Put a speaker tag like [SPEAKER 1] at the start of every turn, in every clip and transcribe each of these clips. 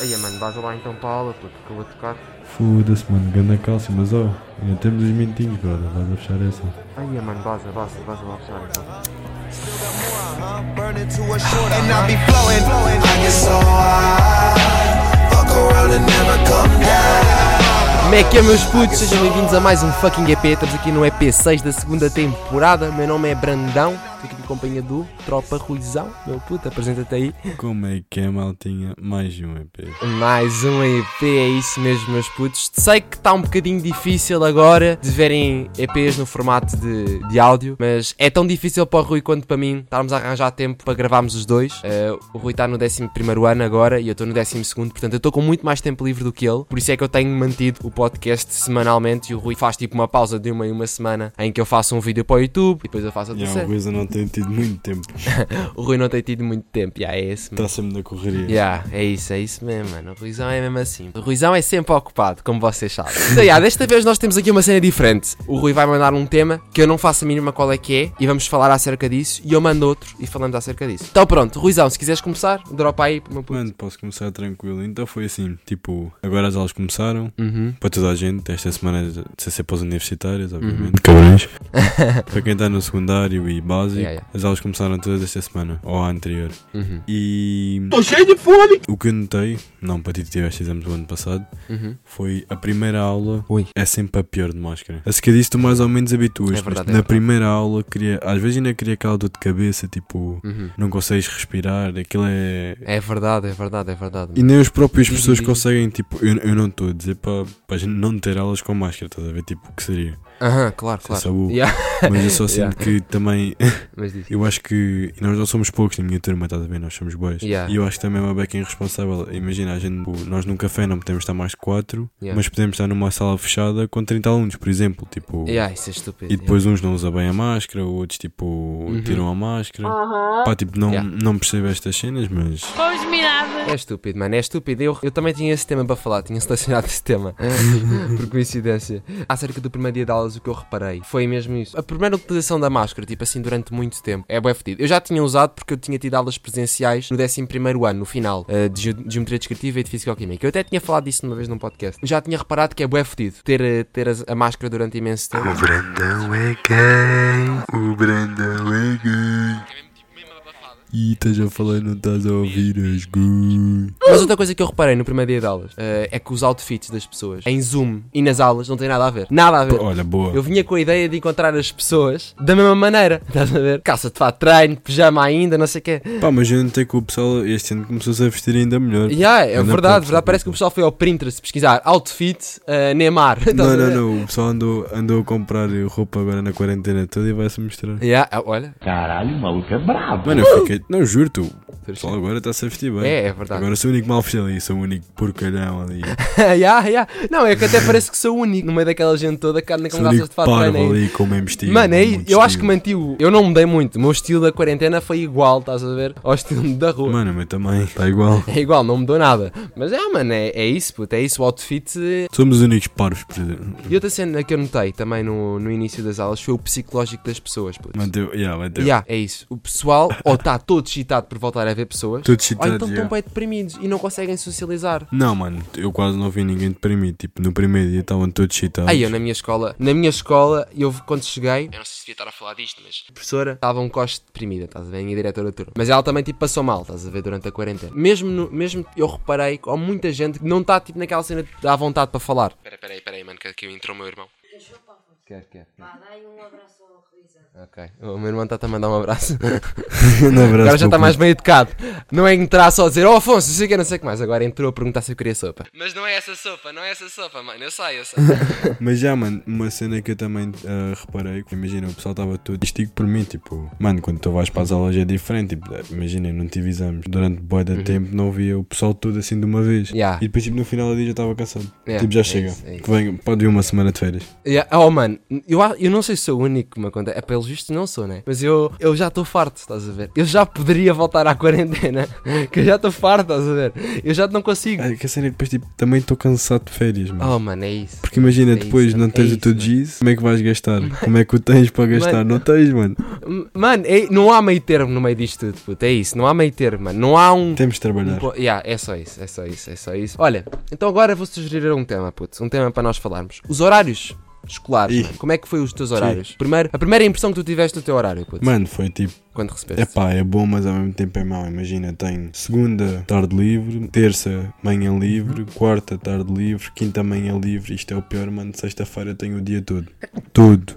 [SPEAKER 1] Aí, mano, vais lá então para a aula, puto, que eu vou tocar.
[SPEAKER 2] Foda-se, mano, ganda calça, mas ó, ainda temos uns minutinhos, brother, vais a fechar essa.
[SPEAKER 1] Aí, mano, vaza, vaza, vaza lá fechar então.
[SPEAKER 3] Burn it to a short and I be flowing. I get so high, fuck around and never come down.
[SPEAKER 4] Como é que é, meus putos? Sejam bem-vindos a mais um fucking EP. Estamos aqui no EP6 da segunda temporada. Meu nome é Brandão. Estou aqui de companhia do Tropa Ruizão. Meu puto, apresenta-te aí.
[SPEAKER 2] Como é que é, maltinha? Mais um EP.
[SPEAKER 4] Mais um EP, é isso mesmo, meus putos. Sei que está um bocadinho difícil agora de verem EPs no formato de, de áudio, mas é tão difícil para o Rui quanto para mim estarmos a arranjar tempo para gravarmos os dois. Eh, o Rui está no 11 ano agora e eu estou no 12, portanto eu estou com muito mais tempo livre do que ele, por isso é que eu tenho mantido o podcast semanalmente e o Rui faz tipo uma pausa de uma em uma semana em que eu faço um vídeo para o YouTube e depois eu
[SPEAKER 2] E
[SPEAKER 4] faço outro.
[SPEAKER 2] yeah, o Guisa não tem tido muito tempo,
[SPEAKER 4] O Rui não tem tido muito tempo, já é esse.
[SPEAKER 2] está sempre na correria.
[SPEAKER 4] Yeah, é isso, é isso mesmo, mano. O Ruizão é mesmo assim. O Ruizão é sempre ocupado, como vocês sabem. Então, yeah, desta vez nós temos aqui uma cena diferente. O Rui vai mandar um tema que eu não faço a mínima qual é que é e vamos falar acerca disso. E eu mando outro e falamos acerca disso. Então, pronto, Ruizão, se quiseres começar, dropa aí para o meu puto.
[SPEAKER 2] Mano, posso começar tranquilo. Então foi assim, tipo, agora as aulas começaram,
[SPEAKER 4] Uhum.
[SPEAKER 2] para toda a gente, esta semana é de ser para os universitários, obviamente. Cabrões. para quem está no secundário e básico,
[SPEAKER 4] Yeah, yeah.
[SPEAKER 2] as aulas começaram todas esta semana, ou a anterior.
[SPEAKER 4] Uhum.
[SPEAKER 2] E
[SPEAKER 3] Tô cheio de fome.
[SPEAKER 2] o que eu notei, não para ti que tiveste exames o ano passado,
[SPEAKER 4] Uhum.
[SPEAKER 2] foi a primeira aula
[SPEAKER 4] Ui.
[SPEAKER 2] é sempre a pior de máscara. A seguir disso tu mais ou menos habituas.
[SPEAKER 4] É verdade,
[SPEAKER 2] mas
[SPEAKER 4] é
[SPEAKER 2] na
[SPEAKER 4] verdade.
[SPEAKER 2] primeira aula queria, às vezes ainda queria aquela dor de cabeça, tipo,
[SPEAKER 4] Uhum.
[SPEAKER 2] não consegues respirar, aquilo é.
[SPEAKER 4] É verdade, é verdade, é verdade.
[SPEAKER 2] E nem as próprias
[SPEAKER 4] Sim,
[SPEAKER 2] pessoas
[SPEAKER 4] sim, sim.
[SPEAKER 2] conseguem, tipo, eu, eu não estou a dizer para a gente não ter aulas com máscara, estás a ver? Tipo, o que seria?
[SPEAKER 4] Aham, claro,
[SPEAKER 2] Sem
[SPEAKER 4] claro.
[SPEAKER 2] saúde.
[SPEAKER 4] Yeah.
[SPEAKER 2] Mas eu só sinto que também,
[SPEAKER 4] Mas diz.
[SPEAKER 2] eu acho que e nós não somos poucos na minha turma, estás a ver? Nós somos bois.
[SPEAKER 4] Yeah.
[SPEAKER 2] E eu acho que também é uma beca irresponsável. Imagina, a gente, tipo, nós num café não podemos estar mais de quatro,
[SPEAKER 4] Yeah.
[SPEAKER 2] mas podemos estar numa sala fechada com 30 alunos, por exemplo, tipo.
[SPEAKER 4] Yeah, isso é estúpido.
[SPEAKER 2] E depois uns não usam bem a máscara, outros tipo tiram a máscara. Pá, tipo, não,
[SPEAKER 4] Uhum. Yeah.
[SPEAKER 2] não percebo estas cenas, mas.
[SPEAKER 5] Fomos miradas.
[SPEAKER 4] É estúpido, mano, é estúpido. Eu, eu também tinha esse tema para falar, tinha selecionado esse tema. Por coincidência. Acerca do primeiro dia de aulas, o que eu reparei foi mesmo isso. A primeira utilização da máscara, tipo assim, durante muito tempo, é bem fedido. Eu já tinha usado porque eu tinha tido aulas presenciais no 11 ano, no final, eh, de Geo- de Geometria Descritiva e de Físico-Química. Eu até tinha falado disso uma vez num podcast. Eu já tinha reparado que é bem fedido ter, eh, ter as- a máscara durante imenso tempo.
[SPEAKER 3] Brandão é gay. O Brandão é gay.
[SPEAKER 2] Ih, estás a falar, não estás a ouvir as gui.
[SPEAKER 4] Mas outra coisa que eu reparei no primeiro dia de aulas eh, é que os outfits das pessoas em Zoom e nas aulas não têm nada a ver. Nada a ver.
[SPEAKER 2] Olha, boa.
[SPEAKER 4] Eu vinha com a ideia de encontrar as pessoas da mesma maneira, estás a ver? Calça de fato de treino, pijama ainda, não sei o quê.
[SPEAKER 2] Pá, mas eu notei que o pessoal este ano começou-se a vestir ainda melhor.
[SPEAKER 4] Yeah, é
[SPEAKER 2] Eu não
[SPEAKER 4] verdade,
[SPEAKER 2] posso,
[SPEAKER 4] verdade. Parece que o
[SPEAKER 2] não
[SPEAKER 4] pessoal foi ao Pinterest pesquisar outfit eh, Neymar. Estás a
[SPEAKER 2] Não, não,
[SPEAKER 4] ver?
[SPEAKER 2] não. O pessoal andou, andou a comprar roupa agora na quarentena toda e vai-se mostrar.
[SPEAKER 4] Yeah, ah, olha.
[SPEAKER 6] Caralho, o maluco é brabo.
[SPEAKER 2] Mano, eu fiquei. Não, juro-te, o pessoal agora está-se a vestir bem.
[SPEAKER 4] Uh! É, é verdade.
[SPEAKER 2] Agora sou o único mal vestido ali, sou o único porcalhão ali.
[SPEAKER 4] yeah, yeah. Não, é que até parece que sou o único no meio daquela gente toda que anda com
[SPEAKER 2] sou o único
[SPEAKER 4] calças Um de fato de
[SPEAKER 2] parvo
[SPEAKER 4] treino. aí.
[SPEAKER 2] ali com o mesmo estilo.
[SPEAKER 4] Mano, é,
[SPEAKER 2] muito
[SPEAKER 4] eu acho que
[SPEAKER 2] estilo.
[SPEAKER 4] manti o. Eu não mudei muito. O meu estilo da quarentena foi igual, estás a ver? Ao estilo da rua.
[SPEAKER 2] Mano, mas também está igual.
[SPEAKER 4] É igual, não mudou nada. Mas é, mano, é, é isso, puto. É isso. O outfit eh,
[SPEAKER 2] Somos os únicos parvos, por exemplo.
[SPEAKER 4] E outra cena que eu notei também no, no início das aulas foi o psicológico das pessoas. Puto.
[SPEAKER 2] Manteu, yeah, manteu.
[SPEAKER 4] Yeah, é isso. O pessoal ou está todo excitado por voltar a ver pessoas,
[SPEAKER 2] Todo
[SPEAKER 4] ou
[SPEAKER 2] excitado,
[SPEAKER 4] então estão
[SPEAKER 2] yeah.
[SPEAKER 4] bem deprimidos e não conseguem socializar.
[SPEAKER 2] Não, mano, eu quase não vi ninguém deprimido. Tipo, no primeiro dia estavam todos excitados.
[SPEAKER 4] Aí eu na minha escola, na minha escola, eu quando cheguei, eu não sei se devia estar a falar disto, mas a professora estava um coste deprimida, estás a ver? A minha diretora de turma. Mas ela também tipo passou mal, estás a ver, durante a quarentena. Mesmo, no- mesmo eu reparei que há muita gente que não está tipo naquela cena de dar vontade para falar. Espera, espera aí, espera aí, mano, que aqui entrou o meu irmão. Quer, quer.
[SPEAKER 5] Vá, dá aí um abraço ao Ruizão.
[SPEAKER 4] Ok. O meu irmão está-te a mandar um abraço.
[SPEAKER 2] Na verdade,
[SPEAKER 4] Agora já está
[SPEAKER 2] pouco.
[SPEAKER 4] mais bem educado. Não é entrar só a dizer, oh Afonso, não sei o que, não sei o que mais. Agora entrou a perguntar se eu queria sopa. Mas não é essa sopa, não é essa sopa, mano. Eu sei, eu sei.
[SPEAKER 2] Mas já, mano, uma cena que eu também ah, reparei, que imagina, o pessoal estava todo estigo por mim, tipo, mano, quando tu vais para as aulas é diferente, tipo, ah, imagina, eu não tive exames. Durante boa da tempo não via o pessoal todo assim de uma vez.
[SPEAKER 4] Yeah.
[SPEAKER 2] E depois, tipo, no final do dia já estava cansado.
[SPEAKER 4] Yeah,
[SPEAKER 2] tipo, já
[SPEAKER 4] é
[SPEAKER 2] chega.
[SPEAKER 4] isso, é isso.
[SPEAKER 2] Que venha- pode vir uma semana de férias.
[SPEAKER 4] Yeah, Oh, mano, eu, a- eu não sei se sou o único que me acontece. É pelos vistos não sou, né? Mas eu, eu já estou farto, estás a ver? Eu já poderia voltar à quarentena. cena que eu já estou farto, estás a ver? Eu já não consigo.
[SPEAKER 2] É, que a cena é que depois, tipo, também estou cansado de férias, mano.
[SPEAKER 4] Oh, mano, é isso.
[SPEAKER 2] Porque imagina,
[SPEAKER 4] é isso,
[SPEAKER 2] depois não
[SPEAKER 4] mano,
[SPEAKER 2] tens
[SPEAKER 4] é
[SPEAKER 2] o teu
[SPEAKER 4] isso,
[SPEAKER 2] G's, como é que vais gastar? Como é que o tens para gastar?
[SPEAKER 4] Mano.
[SPEAKER 2] Não tens, mano.
[SPEAKER 4] M- Mano, é- não há meio termo no meio disto tudo, puto. É isso, não há meio termo, mano. Não há um.
[SPEAKER 2] Temos de trabalhar.
[SPEAKER 4] Pô, yeah, é só isso, é só isso, é só isso. Olha, então agora vou sugerir um tema, puto. Um tema para nós falarmos. Os horários escolares,
[SPEAKER 2] Ih.
[SPEAKER 4] mano. Como é que foi os teus horários? Primeiro, a primeira impressão que tu tiveste do teu horário, puto.
[SPEAKER 2] Mano, foi tipo,
[SPEAKER 4] Quando recebeste.
[SPEAKER 2] é pá, é bom, mas ao mesmo tempo é mau. Imagina, tenho segunda, tarde livre, terça, manhã livre, quarta, tarde livre, quinta, manhã livre. Isto é o pior, mano. Sexta-feira tenho o dia todo. Tudo.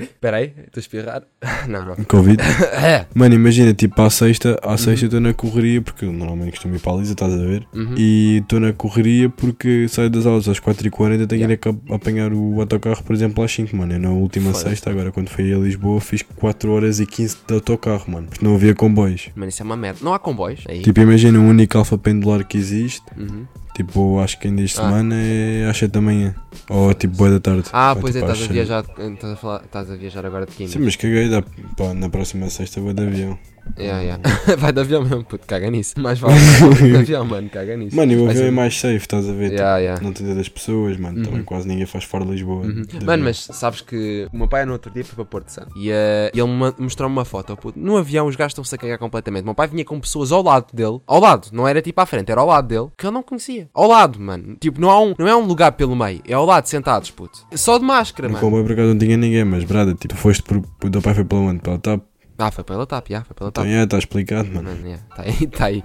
[SPEAKER 4] Espera aí, estou a espirrar. Não, não.
[SPEAKER 2] Covid.
[SPEAKER 4] É.
[SPEAKER 2] Mano, imagina, tipo, à sexta, à sexta eu estou na correria, porque eu normalmente costumo ir para a Lisa, estás a ver?
[SPEAKER 4] Uhum.
[SPEAKER 2] E estou na correria porque saio das aulas às 4h40, tenho que ir a- apanhar o autocarro, por exemplo, às 5, mano. Eu na última sexta, agora quando fui a Lisboa, fiz 4 horas e 15 de autocarro, mano, porque não havia comboios.
[SPEAKER 4] Mano, isso é uma merda. Não há comboios aí.
[SPEAKER 2] Tipo, imagina, o único alfa pendular que existe,
[SPEAKER 4] Uhum.
[SPEAKER 2] tipo, acho que ainda esta
[SPEAKER 4] Ah.
[SPEAKER 2] semana é às 7 da manhã, ou tipo, boa da tarde.
[SPEAKER 4] Ah,
[SPEAKER 2] Vai,
[SPEAKER 4] pois é,
[SPEAKER 2] tipo, às
[SPEAKER 4] estás a
[SPEAKER 2] seis.
[SPEAKER 4] viajar. Estás a, falar, estás a viajar agora de quinta.
[SPEAKER 2] Sim, mas caguei, dá, pá, na próxima sexta vou de avião.
[SPEAKER 4] Yeah, yeah. Vai de avião mesmo, puto, caga nisso. Mais vale vai de avião, mano, caga nisso.
[SPEAKER 2] Mano, e o
[SPEAKER 4] Vai
[SPEAKER 2] avião
[SPEAKER 4] ser-
[SPEAKER 2] é mais safe, estás a ver? Tipo,
[SPEAKER 4] Yeah, yeah.
[SPEAKER 2] Não tem das pessoas, mano. Também quase ninguém faz fora de Lisboa. De-
[SPEAKER 4] Mano, mas sabes que o meu pai no outro dia foi para Porto Santo e eh, ele ma- mostrou-me uma foto. Puto. No avião os gajos estão-se a cagar completamente. O meu pai vinha com pessoas ao lado dele, ao lado, não era tipo à frente, era ao lado dele, que eu não conhecia. Ao lado, mano. Tipo, não, há um, não é um lugar pelo meio, é ao lado, sentados, puto. Só de máscara,
[SPEAKER 2] No
[SPEAKER 4] mano.
[SPEAKER 2] comboio por acaso não tinha ninguém, mas brada, tipo, tu foste por. O teu pai foi pela onde? Pela TAP?
[SPEAKER 4] Ah, foi pela TAP, já, foi pela
[SPEAKER 2] Então,
[SPEAKER 4] TAP.
[SPEAKER 2] é, está explicado, mano.
[SPEAKER 4] Mano, yeah, tá aí, tá aí.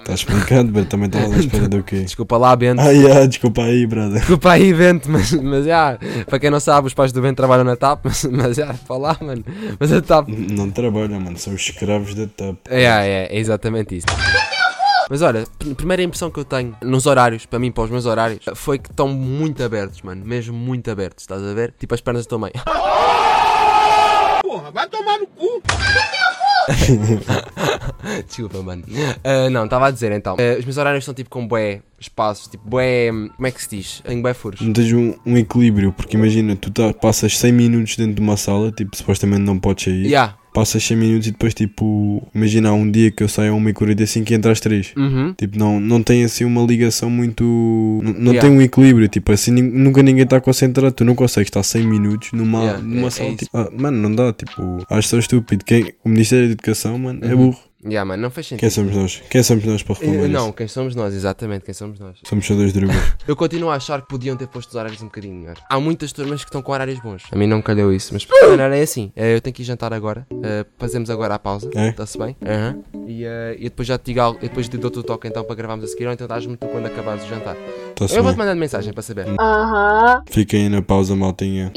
[SPEAKER 2] Está explicado, mas também estava à espera do quê?
[SPEAKER 4] Desculpa lá, Bento.
[SPEAKER 2] Ah, yeah, desculpa aí, brada.
[SPEAKER 4] Desculpa aí, Bento, mas, mas já, para quem não sabe, os pais do Bento trabalham na TAP, mas, mas já, para lá, mano. Mas a TAP.
[SPEAKER 2] Não trabalha, mano. São os escravos da TAP.
[SPEAKER 4] É, é, é exatamente isso. Mas olha, pr- primeira impressão que eu tenho nos horários, para mim, para os meus horários, foi que estão muito abertos, mano. Mesmo muito abertos, estás a ver? Tipo as pernas também. Porra, vai tomar no cu! Desculpa, mano. Ah, não, estava a dizer então. Ah, os meus horários são tipo com bué espaços, tipo bué. Como é que se diz? Tenho bué furos.
[SPEAKER 2] Não tens um, um equilíbrio, porque imagina, tu tá- passas 100 minutos dentro de uma sala, tipo, supostamente não podes sair.
[SPEAKER 4] Yeah.
[SPEAKER 2] Passas 100 minutos e depois, tipo, imagina, há um dia que eu saio a 1h45 e entro às 3.
[SPEAKER 4] Uhum.
[SPEAKER 2] Tipo, não, não tem assim uma ligação muito. Não, não
[SPEAKER 4] Yeah.
[SPEAKER 2] tem um equilíbrio. Tipo, assim, nin- nunca ninguém está concentrado. Tu não consegues estar 100 minutos numa,
[SPEAKER 4] Yeah,
[SPEAKER 2] numa
[SPEAKER 4] é-
[SPEAKER 2] sala.
[SPEAKER 4] é isso.
[SPEAKER 2] tipo, ah, mano, não dá. Tipo, acho só estúpido. Quem, o Ministério da Educação, mano, é burro.
[SPEAKER 4] Yeah, mano, não faz sentido.
[SPEAKER 2] Quem somos nós? Quem somos nós para reclamar?
[SPEAKER 4] Uhum. Eh, não,
[SPEAKER 2] isso?
[SPEAKER 4] quem somos nós, exatamente, quem somos nós.
[SPEAKER 2] Somos só dois drogas.
[SPEAKER 4] Eu continuo a achar que podiam ter posto os horários um bocadinho melhor. Há muitas turmas que estão com horários bons. A mim não me calhou isso, mas mano, era assim. eh, eu tenho que ir jantar agora. eh, fazemos agora a pausa.
[SPEAKER 2] É?
[SPEAKER 4] Está-se bem? Aham. E eh, eu depois já te digo algo, eu depois te dou-te o toque então para gravarmos a seguir, ou então dás-me tu quando acabares o jantar.
[SPEAKER 2] Está-se
[SPEAKER 4] Eu vou-te
[SPEAKER 2] bem.
[SPEAKER 4] mandando mensagem para saber.
[SPEAKER 2] tá Fiquem aí na pausa, maltinha.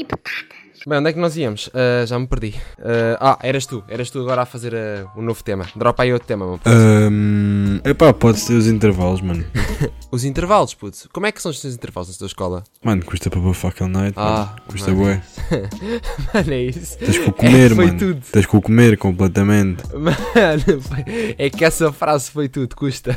[SPEAKER 4] Bem, onde é que nós íamos? Eh, já me perdi. Eh, ah, eras tu. Eras tu agora a fazer eh, um novo tema. Dropa aí outro tema, meu.
[SPEAKER 2] Ahm, epá, pode ser os intervalos, mano.
[SPEAKER 4] Os intervalos, puto. Como é que são os teus intervalos na tua escola?
[SPEAKER 2] Mano, custa para bafar aquele night.
[SPEAKER 4] Ah,
[SPEAKER 2] mano. Custa
[SPEAKER 4] mano.
[SPEAKER 2] bué.
[SPEAKER 4] Mano, é isso.
[SPEAKER 2] Tens que o comer,
[SPEAKER 4] foi
[SPEAKER 2] mano.
[SPEAKER 4] tudo.
[SPEAKER 2] Tens que o comer completamente.
[SPEAKER 4] Mano, foi- é que essa frase foi tudo, custa.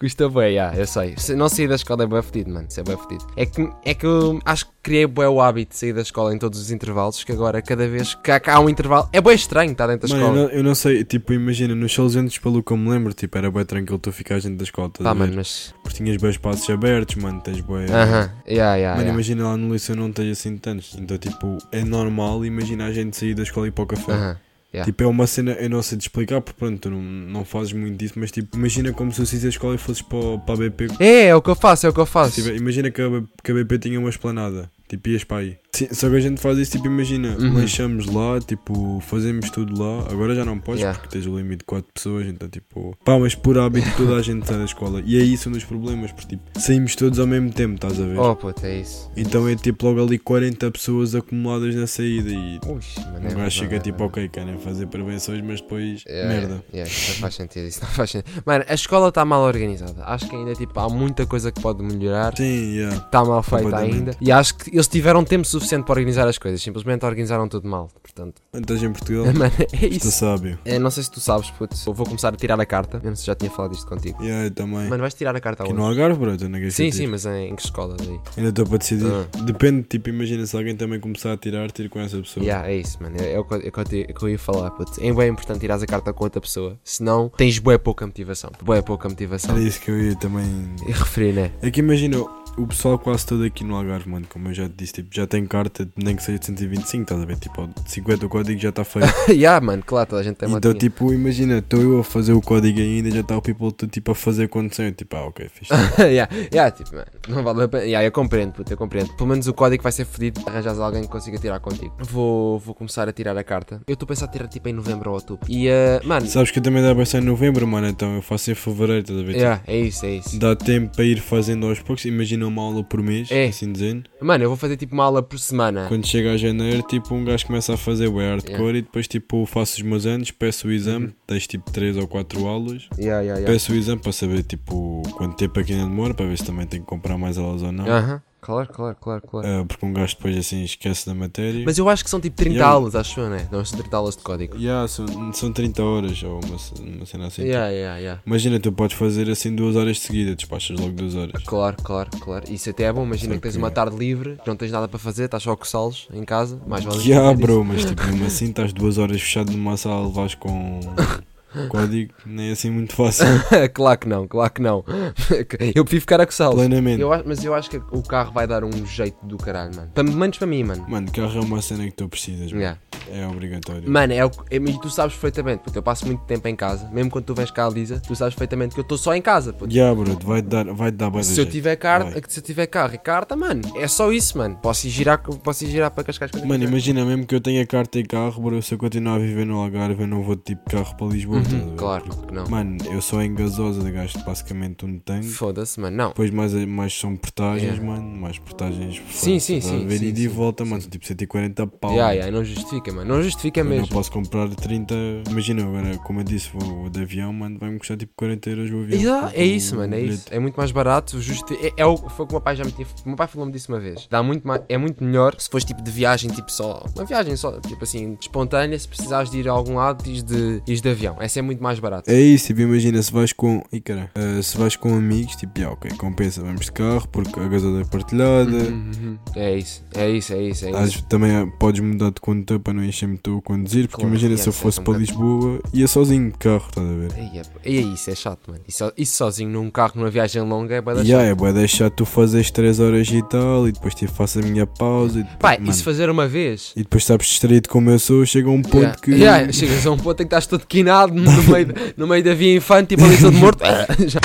[SPEAKER 4] Custa bem, já, eu sei. Se não sair da escola é bem fedido, mano. Isso é bem fedido. É que, é que eu acho que criei bem o hábito de sair da escola em todos os intervalos, que agora cada vez que há, que há um intervalo. É bem estranho estar dentro da
[SPEAKER 2] Mano, eu
[SPEAKER 4] escola.
[SPEAKER 2] não, eu não sei, tipo, imagina, nos solzentes, pelo que eu me lembro, tipo, era bem tranquilo tu ficares dentro da escola, estás
[SPEAKER 4] Tá,
[SPEAKER 2] a ver?
[SPEAKER 4] mano, mas.
[SPEAKER 2] Porque tinhas bem espaços abertos, mano, tens bem...
[SPEAKER 4] Aham, yeah, yeah,
[SPEAKER 2] Mano,
[SPEAKER 4] yeah.
[SPEAKER 2] imagina lá no liceu não tens assim tantos, então, tipo, é normal, imagina a gente sair da escola e ir para o café.
[SPEAKER 4] Aham, yeah.
[SPEAKER 2] Tipo, é uma cena, eu não sei te explicar, porque pronto, tu não, não fazes muito disso, mas tipo, imagina como se eu saísse da escola e fosses para, o- para a BP.
[SPEAKER 4] É, é o que eu faço, é o que eu faço.
[SPEAKER 2] Tipo, imagina que a, que a BP tinha uma esplanada, tipo, ias para aí. Sim, só que a gente faz isso, tipo, imagina,
[SPEAKER 4] Uhum.
[SPEAKER 2] lanchamos lá, tipo, fazemos tudo lá. Agora já não podes,
[SPEAKER 4] Yeah.
[SPEAKER 2] porque tens o limite de 4 pessoas, então, tipo, pá, mas por hábito toda a gente sai da escola. E é isso um dos problemas, porque, tipo, saímos todos ao mesmo tempo, estás a ver?
[SPEAKER 4] Oh, puto, é isso.
[SPEAKER 2] Então é tipo logo ali 40 pessoas acumuladas na saída e.
[SPEAKER 4] Ux, mano, é
[SPEAKER 2] O gajo
[SPEAKER 4] verdade,
[SPEAKER 2] chega
[SPEAKER 4] é
[SPEAKER 2] tipo, ok, querem fazer prevenções, mas depois.
[SPEAKER 4] Yeah,
[SPEAKER 2] merda.
[SPEAKER 4] yeah, yeah, não faz sentido isso, não faz sentido. Mano, a escola está mal organizada. Acho que ainda tipo, há muita coisa que pode melhorar.
[SPEAKER 2] Sim, yeah.
[SPEAKER 4] está Tá mal feita
[SPEAKER 2] Completamente.
[SPEAKER 4] ainda. E acho que eles tiveram tempo suficiente suficiente para organizar as coisas, simplesmente organizaram tudo mal. Portanto,
[SPEAKER 2] Estás Então, em Portugal?
[SPEAKER 4] mano, é
[SPEAKER 2] Estou
[SPEAKER 4] isso.
[SPEAKER 2] sábio.
[SPEAKER 4] Eu não sei se tu sabes, puto. Eu vou começar a tirar a carta. Eu não sei se já tinha falado isto contigo.
[SPEAKER 2] E aí também.
[SPEAKER 4] Mano, vais tirar a carta
[SPEAKER 2] Aqui
[SPEAKER 4] hoje.
[SPEAKER 2] no Algarve, bro, estou na Gasteiz.
[SPEAKER 4] Sim, sim, mas é em, em que escolas aí?
[SPEAKER 2] Ainda estou para decidir.
[SPEAKER 4] Ah.
[SPEAKER 2] Depende, tipo, imagina se alguém também começar a tirar, tiro com essa pessoa.
[SPEAKER 4] Yeah, é isso, mano. É, é o que, eu- é o que eu te- é o que eu ia falar, puto. É bem importante tirar a carta com outra pessoa. Senão tens bué pouca motivação. Bué pouca motivação.
[SPEAKER 2] Era isso que eu ia também.
[SPEAKER 4] E referi, né?
[SPEAKER 2] É que imagina, o pessoal quase todo aqui no Algarve, mano, como eu já te disse, tipo, já tem carta, nem que seja de 125, estás a ver? Tipo, ao 50 o código já está feito.
[SPEAKER 4] yeah, mano, claro, toda a gente tem É uma
[SPEAKER 2] então, tipo, imagina, estou eu a fazer o código ainda, já está o people todo, tipo, a fazer acontecer. Tipo, ah, ok, fixe.
[SPEAKER 4] yeah, yeah, tipo, mano, não vale a pena. Yeah, eu compreendo, puto, eu compreendo. Pelo menos o código vai ser fedido. Arranjas alguém que consiga tirar contigo. Vou, vou começar a tirar a carta. Eu estou a pensar a tirar tipo em novembro ou outubro. E, eh, mano,
[SPEAKER 2] Sabes que eu também dá bastante em novembro, mano, então eu faço em fevereiro, estás a ver?
[SPEAKER 4] yeah, é isso, é isso.
[SPEAKER 2] Tipo, Dá tempo para ir fazendo aos poucos, imagina uma aula por mês,
[SPEAKER 4] É.
[SPEAKER 2] assim dizendo.
[SPEAKER 4] Mano, eu vou fazer tipo uma aula por semana.
[SPEAKER 2] Quando chega a janeiro, tipo, um gajo começa a fazer o hardcore
[SPEAKER 4] É.
[SPEAKER 2] e depois, tipo, faço os meus anos, peço o exame, tens tipo 3 ou 4 aulas.
[SPEAKER 4] Yeah, Uhum. yeah, yeah.
[SPEAKER 2] Peço o exame para saber tipo quanto tempo aqui ainda demora, para ver se também tenho que comprar mais aulas ou não.
[SPEAKER 4] Aham, claro, claro, claro, claro.
[SPEAKER 2] Ah, porque um gajo depois assim esquece da matéria.
[SPEAKER 4] Mas eu acho que são tipo 30
[SPEAKER 2] Yeah.
[SPEAKER 4] aulas, acho eu, né? Não, são 30 aulas de código.
[SPEAKER 2] Yeah, são, são 30 horas ou uma, c- uma cena assim.
[SPEAKER 4] Yeah, yeah, yeah.
[SPEAKER 2] Imagina, tu podes fazer assim duas horas de seguida, despachas logo duas horas.
[SPEAKER 4] Claro, claro, claro. Isso até é bom. Imagina que tens uma tarde livre, não tens nada para fazer, estás só com os salos em casa. Mais vale
[SPEAKER 2] Yeah,
[SPEAKER 4] fazer isso.
[SPEAKER 2] bro, mas tipo mesmo assim estás duas horas fechado numa sala, levas com código, nem é assim muito fácil.
[SPEAKER 4] claro que não, claro que não. eu prefiro ficar a coçá-los.
[SPEAKER 2] Plenamente.
[SPEAKER 4] Eu acho- mas eu acho que o carro vai dar um jeito do caralho, mano. Pelo menos para mim, mano.
[SPEAKER 2] Mano, carro é uma cena que tu precisas, mano.
[SPEAKER 4] Yeah.
[SPEAKER 2] é obrigatório.
[SPEAKER 4] Mano, é o que- é- e tu sabes perfeitamente, porque eu passo muito tempo em casa, mesmo quando tu vens cá, Lisa, tu sabes perfeitamente que eu estou só em casa, puto.
[SPEAKER 2] Yeah, bro, vai dar, vai dar bué de
[SPEAKER 4] Se eu,
[SPEAKER 2] jeito.
[SPEAKER 4] tiver carta,
[SPEAKER 2] é, Vai.
[SPEAKER 4] se eu tiver carro e carta, mano, é só isso, mano. Posso ir girar, posso ir girar para Cascais quando eu
[SPEAKER 2] Mano,
[SPEAKER 4] quiser.
[SPEAKER 2] imagina mesmo que eu tenha carta e carro, bro, se eu continuar a viver no Algarve, eu não vou de tipo de carro para Lisboa. estás a ver?
[SPEAKER 4] Uhum, Claro, claro que não.
[SPEAKER 2] Mano, eu só em gasosa gasto basicamente um tanque.
[SPEAKER 4] Foda-se, mano, não.
[SPEAKER 2] Depois mais, mais são portagens,
[SPEAKER 4] Yeah.
[SPEAKER 2] mano. Mais portagens.
[SPEAKER 4] Sim, sim,
[SPEAKER 2] estás a
[SPEAKER 4] sim,
[SPEAKER 2] ver?
[SPEAKER 4] sim,
[SPEAKER 2] E de
[SPEAKER 4] sim,
[SPEAKER 2] volta, mano, são tipo 140 pau.
[SPEAKER 4] Yeah, yeah, não justifica, mano. Não justifica
[SPEAKER 2] Eu não
[SPEAKER 4] mesmo.
[SPEAKER 2] posso comprar 30. Imagina agora, como eu disse, vou, vou de avião, mano, vai-me custar tipo 40 euros o avião.
[SPEAKER 4] Yeah,
[SPEAKER 2] Tipo,
[SPEAKER 4] é isso, mano, é
[SPEAKER 2] bilhete.
[SPEAKER 4] isso. É muito mais barato. Justi é, é o, foi o que o meu pai já me tinha. O meu pai falou-me disso uma vez. Dá muito mais, é muito melhor se fores tipo de viagem, tipo só. Uma viagem só, tipo assim, espontânea. Se precisares de ir a algum lado, diz de, diz de avião. Essa é muito mais barata.
[SPEAKER 2] É isso, tipo, imagina se vais com. Ih, caralho. Ah, se vais com amigos, tipo, yeah, ok, compensa, vamos de carro, porque a gasolina é partilhada.
[SPEAKER 4] Uhum, É isso, é isso, é isso, é isso.
[SPEAKER 2] Às, também ah, podes mudar de condutor para não encher-me tu a conduzir, porque
[SPEAKER 4] Claro,
[SPEAKER 2] imagina
[SPEAKER 4] yeah,
[SPEAKER 2] se eu
[SPEAKER 4] isso é
[SPEAKER 2] fosse para
[SPEAKER 4] um bocado.
[SPEAKER 2] Lisboa, ia sozinho de carro, estás a ver?
[SPEAKER 4] Ei, é, ei, é isso, é chato, mano. Isso, isso sozinho num carro, numa viagem longa, é bada
[SPEAKER 2] E yeah, é bué deixar tu fazes 3 horas e tal, e depois tipo, faço a minha pausa, e depois,
[SPEAKER 4] Pai, e
[SPEAKER 2] mano,
[SPEAKER 4] se fazer uma vez?
[SPEAKER 2] e depois sabes distraído como eu sou, chega a um ponto
[SPEAKER 4] Yeah,
[SPEAKER 2] que.
[SPEAKER 4] yeah, chegas a um ponto em que estás todo quinado no meio, no meio da via infante, tipo ali todo morto. Já-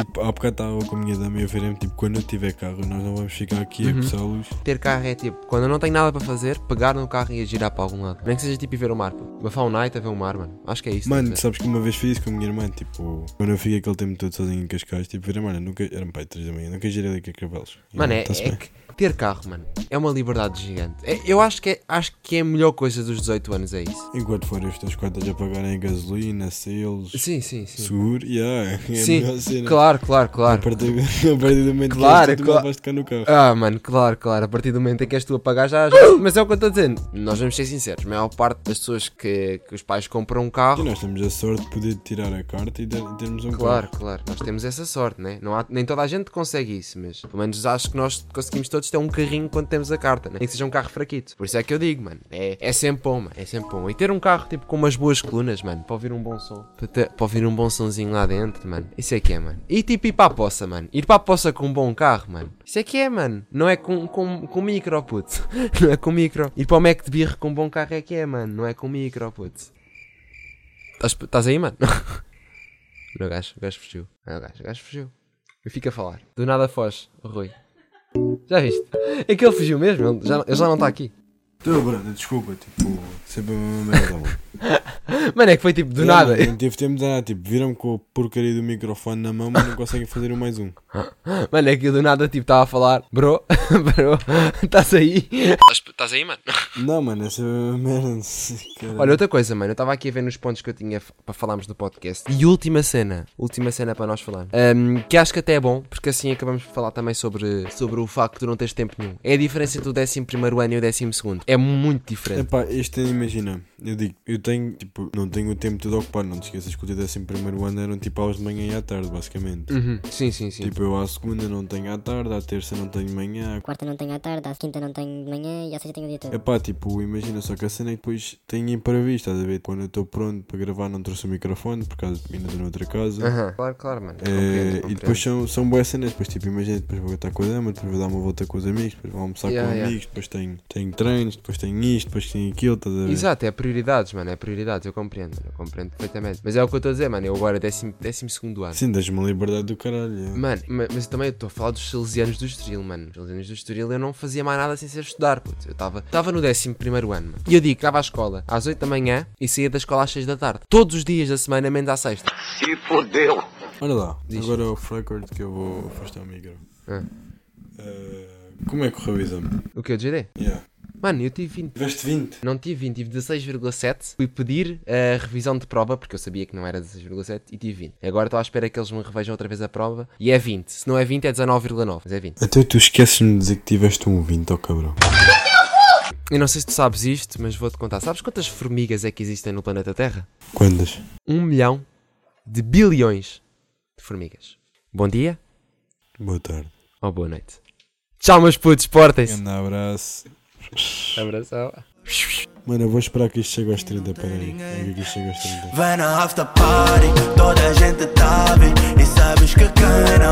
[SPEAKER 2] Tipo, há bocado estava com a minha dama e eu virei-me, tipo, quando eu tiver carro, nós não vamos ficar aqui
[SPEAKER 4] Uhum.
[SPEAKER 2] a pessoa-los.
[SPEAKER 4] Ter carro é tipo, quando eu não tenho nada para fazer, pegar no carro e ir girar para algum lado. Nem que seja tipo ir ver o mar. pô. Uma fauna night a ver o mar, mano. Acho que é isso.
[SPEAKER 2] Mano,
[SPEAKER 4] estás
[SPEAKER 2] sabes que uma vez fiz isso com a minha irmã, tipo, quando eu fiquei aquele tempo todo sozinho em Cascais, tipo, virei, mano, nunca, era pai, 3 da manhã, nunca girei ali com a Cravelos.
[SPEAKER 4] a ver? mano, é,
[SPEAKER 2] Tá-se
[SPEAKER 4] é
[SPEAKER 2] bem.
[SPEAKER 4] que ter carro, mano, é uma liberdade gigante. É- eu acho que, é, acho que é a melhor coisa dos 18 anos, é isso.
[SPEAKER 2] Enquanto forem os teus contas a pagarem gasolina, selos,
[SPEAKER 4] Sim, sim, sim.
[SPEAKER 2] seguro, yeah, é a melhor
[SPEAKER 4] Sim,
[SPEAKER 2] cena.
[SPEAKER 4] claro, claro,
[SPEAKER 2] A
[SPEAKER 4] claro.
[SPEAKER 2] partir, a partir do momento
[SPEAKER 4] Claro,
[SPEAKER 2] que tu
[SPEAKER 4] claro.
[SPEAKER 2] vais tocar no carro.
[SPEAKER 4] Ah, mano, claro, claro. A partir do momento em que és tu a pagar, já. já-
[SPEAKER 2] Uh!
[SPEAKER 4] Mas é o que eu estou dizendo. Nós vamos ser sinceros. A maior parte das pessoas que, que os pais compram um
[SPEAKER 2] E
[SPEAKER 4] carro.
[SPEAKER 2] nós temos a sorte de poder tirar a carta e ter- termos um
[SPEAKER 4] Claro,
[SPEAKER 2] carro.
[SPEAKER 4] claro. Nós temos essa sorte, né? Não há, nem toda a gente consegue isso, mas pelo menos acho que nós conseguimos todos ter um carrinho quando temos a carta, né? Nem que seja um carro fraquito. Por isso é que eu digo, mano. É, é sempre bom, mano. É sempre bom. E ter um carro, tipo, com umas boas colunas, mano. Para ouvir um bom som. Para, ter- para ouvir um bom sonzinho lá dentro, mano. Isso é que é, mano. E tipo, ir para a poça, mano. Ir para a poça com um bom carro, mano. Isso é que é, mano. Não é com, com, com micro, puto. Não é com micro. Ir para o Mac de birra com um bom carro é que é, mano. Não é com micro, puto. Estás- Estás aí, mano? Olha o gajo, o gajo fugiu. Olha o gajo, o gajo fugiu. Eu fico a falar. Do nada foge, o Rui. Já viste? É que ele fugiu mesmo, ele já, ele já não está aqui.
[SPEAKER 2] Então, brother, desculpa, tipo, Sempre a mesma merda, mano.
[SPEAKER 4] Mano, é que foi tipo do
[SPEAKER 2] Eu,
[SPEAKER 4] nada.
[SPEAKER 2] mano, Não tive tempo de nada. Tipo, viram com a porcaria do microfone na mão, mas não conseguem fazer o mais um.
[SPEAKER 4] Mano, é que eu do nada tipo estava a falar, bro, bro, estás aí? Estás aí, mano?
[SPEAKER 2] Não, mano, essa é a mesma merda. não sei, caralho.
[SPEAKER 4] Olha, outra coisa, mano, eu estava aqui a ver nos pontos que eu tinha f- para falarmos no podcast. E última cena, última cena para nós falar. Ahm, que acho que até é bom, porque assim acabamos de falar também sobre, sobre o facto de tu não teres tempo nenhum. É a diferença entre o 11 ano e o 12. É muito diferente.
[SPEAKER 2] Epá, este ano, imagina, eu digo, eu tenho, tipo, não tenho o tempo todo ocupado, não te esqueças que o teu décimo primeiro ano eram tipo aulas de manhã e à tarde, basicamente.
[SPEAKER 4] Uhum, Sim, sim, sim.
[SPEAKER 2] Tipo, eu à segunda não tenho à tarde, à terça não tenho de manhã, à
[SPEAKER 7] quarta não tenho à tarde, à quinta não tenho de manhã e à sexta tenho o dia todo.
[SPEAKER 2] Epá, tipo, imagina só que a cena é que depois tenho imprevisto, estás a ver? Quando eu estou pronto para gravar não trouxe o microfone, por causa ainda estou noutra casa.
[SPEAKER 4] Aham, Claro, claro, mano.
[SPEAKER 2] É,
[SPEAKER 4] Compreendo,
[SPEAKER 2] e
[SPEAKER 4] compreendo.
[SPEAKER 2] depois são, são boas cenas, depois tipo, imagina, depois vou estar com a dama, depois vou dar uma volta com os amigos, depois vou almoçar
[SPEAKER 4] Yeah,
[SPEAKER 2] com
[SPEAKER 4] yeah.
[SPEAKER 2] amigos, depois tenho, tenho treinos, depois tenho isto, depois tenho aquilo, estás a ver?
[SPEAKER 4] Exato, é prioridades, mano, é prioridades, eu compreendo, mano, eu compreendo perfeitamente. Mas é o que eu estou a dizer, mano, eu agora, 12 segundo ano.
[SPEAKER 2] Sim, dás-me uma liberdade do caralho. é.
[SPEAKER 4] Mano, ma- mas eu também estou a falar dos salesianos do Estoril, mano. Os salesianos do Estoril eu não fazia mais nada sem ser estudar, puto. Eu estava tava no 11 primeiro ano, mano. E eu digo, estava à escola às 8 da manhã e saía da escola às 6 da tarde. Todos os dias da semana, menos à sexta.
[SPEAKER 2] Olha lá,
[SPEAKER 4] Diz.
[SPEAKER 2] agora é o record que eu vou afastar o micro.
[SPEAKER 4] Ah.
[SPEAKER 2] Eh, como é que correu o exame?
[SPEAKER 4] O que eu GD?
[SPEAKER 2] Yeah.
[SPEAKER 4] Mano, eu tive 20.
[SPEAKER 2] Tiveste 20.
[SPEAKER 4] Não tive 20, tive 16,7. Fui pedir a revisão de prova, porque eu sabia que não era 16,7 e tive 20. Agora estou à espera que eles me revejam outra vez a prova e é 20. Se não é 20, é 19,9. Mas é 20.
[SPEAKER 2] Até Então tu esqueces-me de dizer que tiveste um 20, ó cabrão.
[SPEAKER 4] Eu não sei se tu sabes isto, mas vou-te contar. Sabes quantas formigas é que existem no planeta Terra?
[SPEAKER 2] Quantas?
[SPEAKER 4] um milhão de bilhões de formigas. Bom dia
[SPEAKER 2] Boa tarde.
[SPEAKER 4] ou boa noite. Tchau, meus putos, portem-se.
[SPEAKER 2] Um abraço.
[SPEAKER 4] Abração.
[SPEAKER 2] Mano, eu vou esperar que isto chegue aos 30, peraí. É que isto chega aos 30.
[SPEAKER 3] Vem na after party, toda a gente tá bem E sabes que quem não tá